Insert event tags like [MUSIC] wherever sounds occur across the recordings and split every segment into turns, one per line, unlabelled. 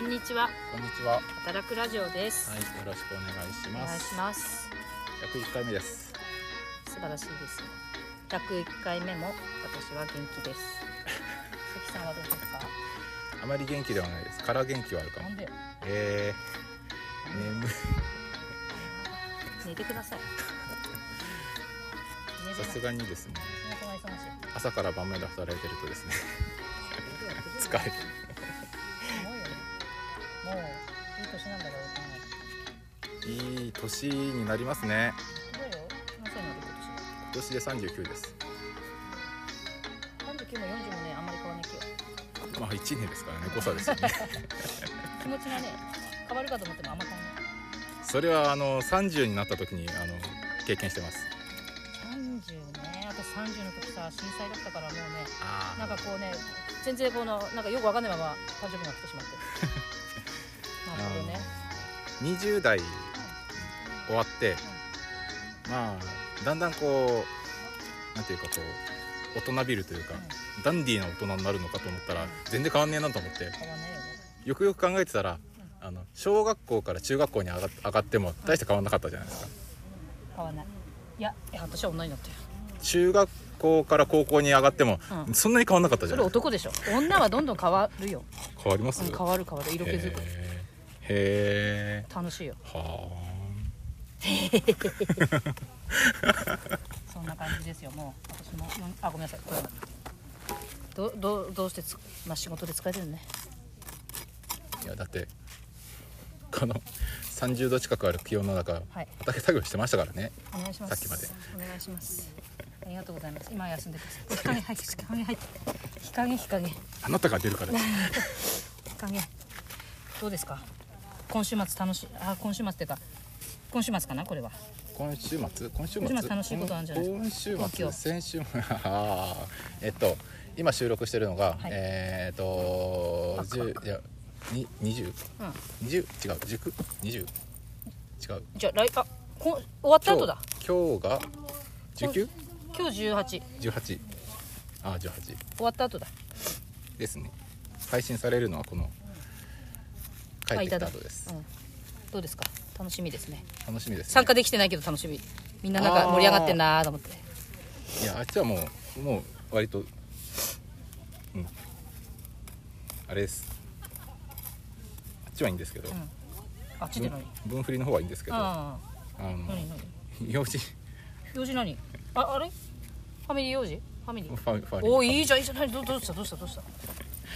んにちは
こんにちは。はい、よ
働くラジオです、
ろしくお願いし
お
ま
願い
す。
します
百一回目です。
素晴らしいですね101回目も私は元気です関さんはどうですか
あまり元気ではないです。から元気はあるか
な
も
ん。でよ
えー、眠い。
寝てください寝てな
さ
い
すがにですね。
仕事が忙しい
朝から晩まで働いてるとですね。 [LAUGHS] 疲れて
重いよねもういい年なんだから分かんない
いい年になりますね。
どうよ何歳になる今
今年で三十九です。
年39も40もねあんまり変わらないけど
まあ一年ですからね。誤差ですよね。
[LAUGHS] 気持ちがね変わるかと思ってもあんま変わらない
それはあの三十になった時にあの経験してます。
30ね私30の時さ震災だったからもうね
あ
なんかこうね全然このなんかよくわかんないまま誕生日が来てしまって
[LAUGHS]
なるほどね
二十代終わって、まあだんだんこうなんていうかこう大人びるというか。ダンディーな大人になるのかと思ったら全然変わんねえなと思って
変わらないよね
よくよく考えてたらあの小学校から中学校に上が上がっても大して変わんなかったじゃないですか
変わらないいやいや私は女になったよ
中学校から高校に上がっても
うん
そんなに変わんなかったじ
そ
ゃ
れ
ないですか
男でしょ女はどんどん変わるよ、
変わります
うん、変わる変わる色気づく
へえへえ
楽しいよ
は
そんな感じですよもう私もうんあごめんなさいこれはどどどうしてつ、まあ、仕事で疲れてるね
あいやだってこの30度近くある気温の中
はい
畑作業してましたからね
お願いします。
さっきまで
お願いします。ありがとうございます。今は休んでください。日陰入って、日陰入って。日陰、日陰、
あなたが出るからです
日陰。どうですか。今週末楽しい、あ、今週末っていうか。今週末かな、これは。
今週末今週末
今週末楽しいことあるんじゃない
今週
東京
末先週末 [LAUGHS] あーえっと今収録してるのが、
はい
えーっと
バックバッ
10いやに2020
うん。
違う19 20違う
じゃあ、来、あ、こん、終わった
今
後
日
だ。
今日が 19?18
今日十八。
あ十18
終わった後だ。
ですね配信されるのはこの帰ってき
間だ
た後です、
うん。どうですか。楽しみですね。
楽しみです、ね、
参加できてないけど、楽しみ。みんななんか盛り上がってんなーと思って。
いやあっちはもうもう割とうんあれですあっちはいいんですけど、
うん。あっちで何。
分
うん。
分振りの方はいいんですけどあ
何、
の
何。
用事
用事何ああれファミリー用事ファミリ
フ
ー
ァミファミリー
おーいいじゃんいいじゃん何どどうしたどうしたどうしたど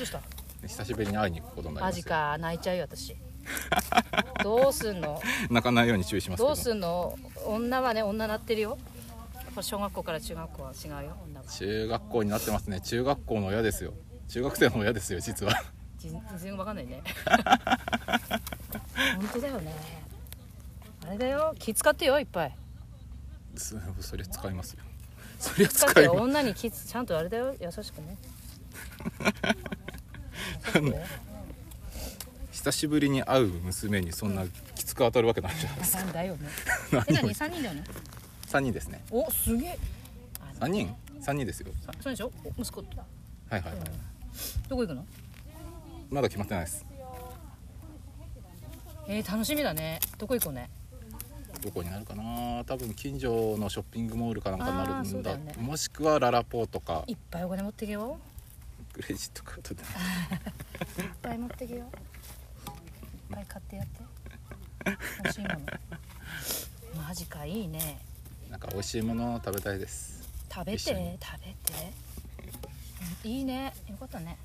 うした
久しぶりに会いに行くことになりま
マ
す
ジか泣いちゃうよ私どうすんの
泣かないように注意しますけど
どうすんの女はね女なってるよやっぱ小学校から中学校は違うよ女は
中学校になってますね中学校の親ですよ中学生の親ですよ実は
じ全然わかんない [LAUGHS] ね本当だよねあれだよ気使ってよいっぱい
そそれ使いますよそれ
使っ
使
て
い
よ
ま
女に気ちゃんとあれだよ優しくね優しくね
す久しぶりに会う娘にそんなきつく当たるわけないじゃないですか
なんだよねえ [LAUGHS]
何
何
を
三人だよね
3人ですね
おすげえ
3人3人ですよ
あそうでしょお息子ど
はいはいはい
こ行くの
まだ決まってないです
えー、楽しみだねどこ行こうね
どこになるかな多分近所のショッピングモールかなんかにな
あ
る
ーそ
ん
うだ
だ
よね
もしくはララポーとか
いっぱいお金持ってけよ
クレジットカードで
いっぱい持ってけよいっぱい買ってやって欲しいものマジかいいね
なんか美味しいものを食べたいです
食べて
一
食
緒
べ
に
てうんいいねよかったね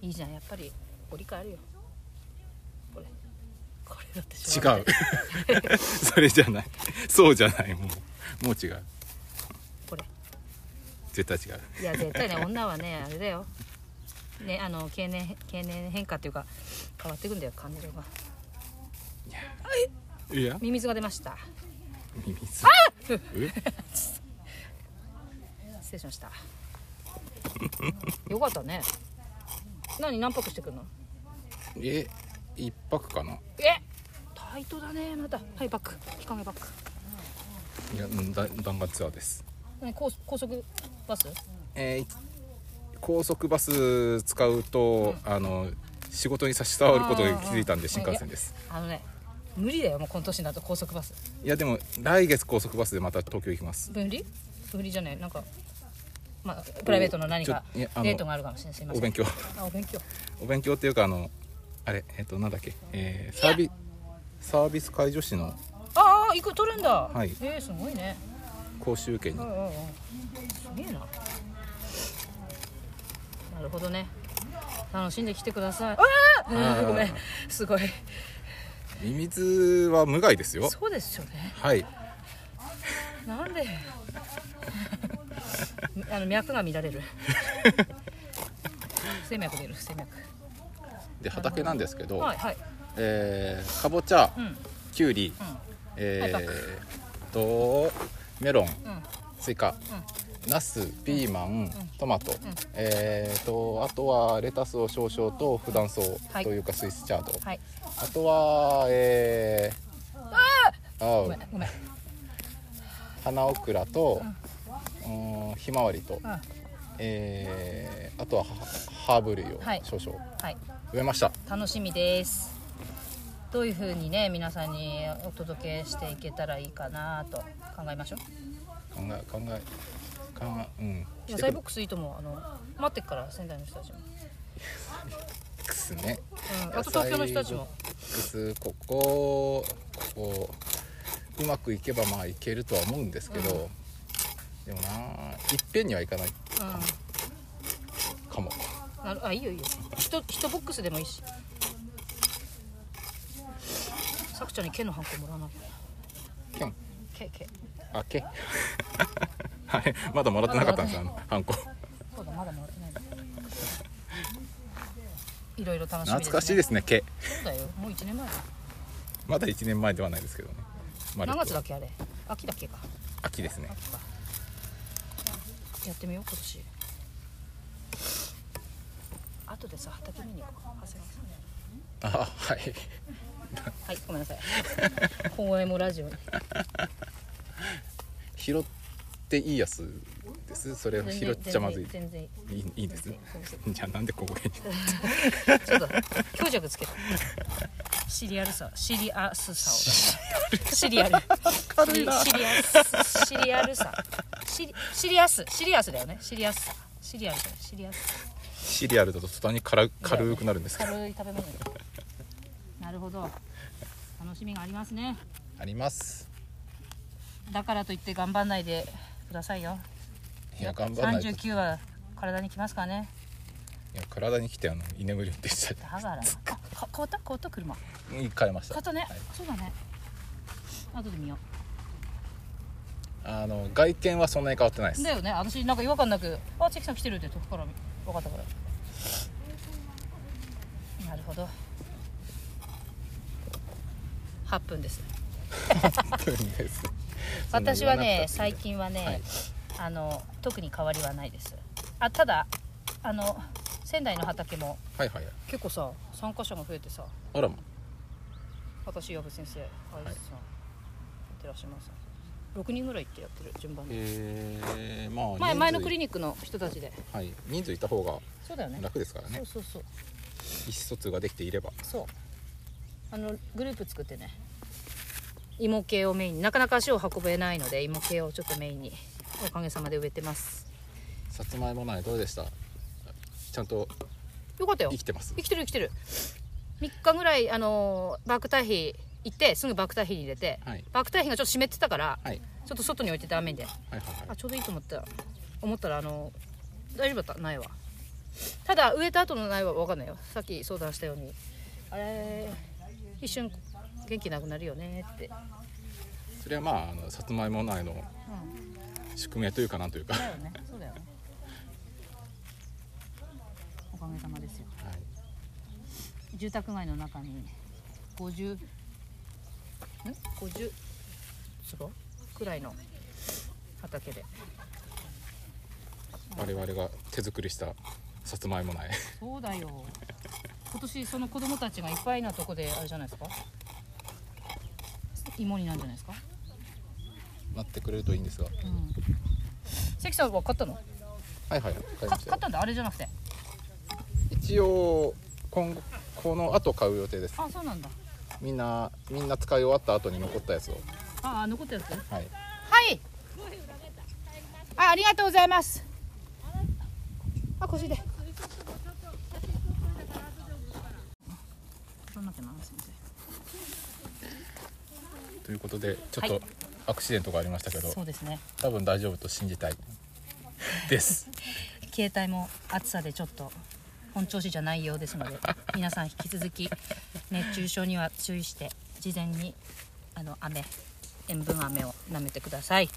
いいじゃんやっぱり折り替えるよこれこれだって
違
しょがないう
[LAUGHS] それじゃないそうじゃないもうもう違う
これ
絶対違う
いや絶対ね女はねあれだよねあの経年経年変化っていうか変わっていくんだよ感情が
いや
ミミズが出ました
ミミズえ
失礼しました [LAUGHS] よかったね何何泊してくんの
え一泊かな
えタイトだねまたはいバック日陰バック
いやうんだ弾丸ツアーです
何高高速バス
えーい高速バス使うと、あの仕事に差し障ることに気づいたんで新幹線です
あのね無理だよもうこの年になると高速バス
いやでも来月高速バスでまた東京行きます
分離分離じゃないなんかまあプライベートの何か
おちょいやあの
デートがあるかもしれないすいません
お勉強 [LAUGHS]
あお勉強
お勉強っていうかあのあれえっとなんだっけ、えーサービサービス介助士の
ああ行く取るんだ、
はい
えー、すごいね
講習受けに
うんうんうんすげえななるほどね楽しんできてくださいああ
あー
ごめんすごい
ミミズは無害ですよ
そうですよね
はい
なん [LAUGHS] であの脈が乱れる不整脈出る不整脈
で畑なんですけど、
はいはい
えーかぼちゃ
うんうん
きゅうりえ
はいバ
ー、とメロン
うん
スイカナスピーマントマト、えー、とあとはレタスを少々と普段草
はい
というかスイスチャード、
はい
あとはえー、あ
ご
う
めんごめん
花オクラと、うーんひまわりと、
うんは
えーあとははハーブ類を
はい
少々
い
植えました、
楽しみですどういうふうにね皆さんにお届けしていけたらいいかなと考えましょう
考え考え考えうん
野
来て
菜
く
ボックスいいと思うあの待ってっから仙台の人たちも、
ックスね
うん、あと東京の人たち
野
も
菜ボックスここここうまくいけばまあいけるとは思うんですけど、でもないっぺんにはいかないかも
うんなるあいいよいいよ一一ボックスでもいいしさくちゃんに毛のハンコもらわない
けん
毛毛
あけ [LAUGHS] はいまだもらってなかったんですよあのハンコ
そうだまだもらってないのいろいろ楽しみです、ね、
懐かしいですねけ
そうだよもう一年前だ
まだ1年前ではないですけどねまるっ
何
と
月だっけあれ秋だっけか
秋ですね
秋かやってみよう今年後でさ畑見に行こう長谷川さん
あはい
はい、ごめんなさい。 [LAUGHS] 公演もラジオに。
拾っていいやつですそれを拾っちゃまずい
全然いい。
いいいいです
全然
じゃあなんでここに
そうだ。強弱つける。シリアルさ、シリアスさを。シリアル。シリシリアス。シリアルさ。シリ、シリアス、シリアスだよね。シリアスさ。シリアルじゃない、シリアス。
シリアルだと途端に軽軽くなるんですか
軽い食べ物。なるほど。楽しみがありますね。
あります
だからといって頑張んないでくださいよ。
いや頑張らないとい
39は体にきますからね。
や体に来てあの居眠り運転したり
[LAUGHS] だからな。あ、か変わった変わった車。
うん変えま
変
した
わったね、
はい
そうだね後で見よ
あの外見はそんなに変わってない
う
です [LAUGHS]
だよね私なんか違和感なく「あチェキさん来てる」って遠くから分かったからなるほど8分です
本当にです
私はね
そん
最
なに
近はね、
はい
あの特に変わりはないですあただあの仙台の畑も
言わなくてはいはいはい
結構さ参加者が増えてさ
あらま
私矢部先生あいさん、
はい
やってらっしゃいます6人ぐらいってやってる順番に
えー、まあ
前前のクリ
ニ
ニックの人たちで
はい人数いた方が
そうだよね。
楽ですからね
そうそうそう。
意思疎通ができていれば
そう。あのグループ作ってね。芋系をメインになかなか足を運べないので芋系をちょっとメインにおかげさまで植えてます。
さつまいも苗どうでしたちゃんと
よかったよ
生。きてます
生きてる生きてる。3日ぐらいあのーバック堆肥行ってすぐバック堆肥に入れて、
はい
バック堆肥がちょっと湿ってたから、
はい
ちょっと外に置いてて雨で
はいはいは
あ
い
ちょうどいいと思った思ったらあの大丈夫だった苗はただ植えた後の苗は分かんないよさっき相談したようにあれ一瞬元気なくなるよねって、
それはまああのさつまいも苗の
うん、
宿命というかなんというか、は
だよねそうだよねおかげさまですよ
い、
住宅街の中に50ん50坪くらいの畑で
我々が手作りしたさつまいも苗
そうだよ今年その子供たちがいっぱいなとこであれじゃないですか芋になるんじゃないですか
なってくれるといいんですが
うん関さんは買ったのか
はいはいわかりま
買っ
し
たたんだあれじゃなくて
一応今後この後買う予定です
あそうなんだ
みんなみんな使い終わった後に残ったやつを
ああ残ったやつ
はい
はい。あ、ありがとうございます。あ、腰で。取らなきゃなすみま
ということでちょっ
は
と
い
アクシデントがありましたけ
せ
ど、
ん。そうですね。
多分大丈夫と信じたい
[LAUGHS]
です
携帯も暑さでちょっと本調子じゃないようですの
[LAUGHS]
で、皆さん引き続き熱中症には注意して事前にあの雨塩分飴を舐めてください。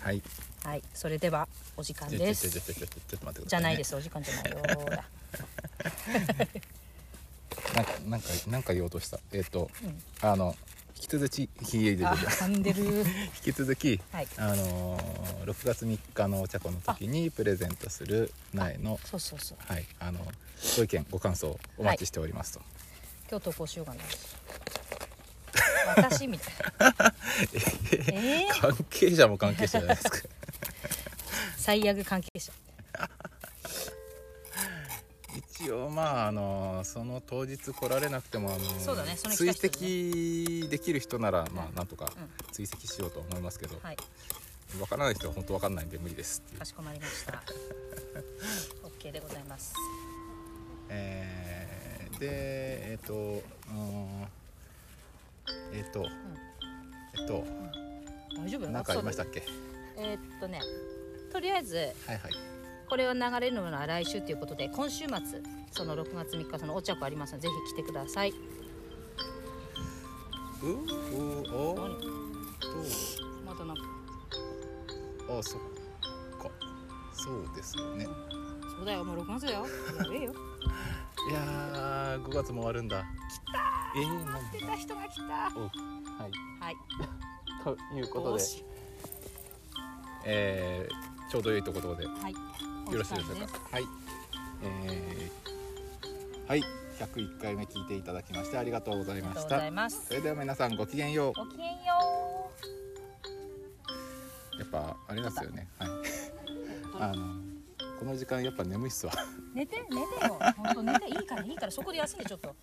はい
はい、それではお時間
ちょち
で
ょちょち
す。
ょちょちょちょっと待ってください、ね、
じゃないです。お時間じゃない
[LAUGHS]
ようだ。
なんかなんかなんか言おうとしたえっ、と、
うん
あの引き続きひ引 [LAUGHS]
あ、噛んでる。
き続き
はい。
あのー、6月3日のお茶子の時にプレゼントする苗の
そうそうそう。
はいあのご意見ご感想お待ちしておりますと、
今日投稿しようかな私み
[LAUGHS]
たいなえー、
関係者も関係者じゃないですか
最悪関係者
一応まああのーその当日来られなくてもあのー
そうだねその来た
追
人で
跡できる人ならまあなんとか
うん
追跡しようと思いますけど、
はい
わからない人は本当わかんないんで無理ですっていう
かしこまりました OK でございます
えーでえっ、とうーんえっ、と、えっ、と
大丈夫
何かありましたっ
そう
け
だねえーっとねとりあえず
はいはい
これは流れるのは来週ということで今週末その6月3日そのお茶子ありますのでぜひ来てください
うう
何
おと
またなんか
あそっかそうですよね
そうだよもう6月だよやべえよ
いやー5月も終わるんだえー、なん
出た人が来た
はい
はい
ということ
ど
で
うし
えーちょうどいいところでよ
はいよ
ろしいでしょうかはいえーはい101回目聞いていただきましてありがとうござ
あ
い
りが
ま
とう
し
ござ
た
います
それでは皆さんごきげんよ
ごきげんよう
うやっぱあれなんですよねはいあのこの時間やっぱ眠いっすわ
寝て寝てよ本当寝ていいからいいからそこで休んでちょっと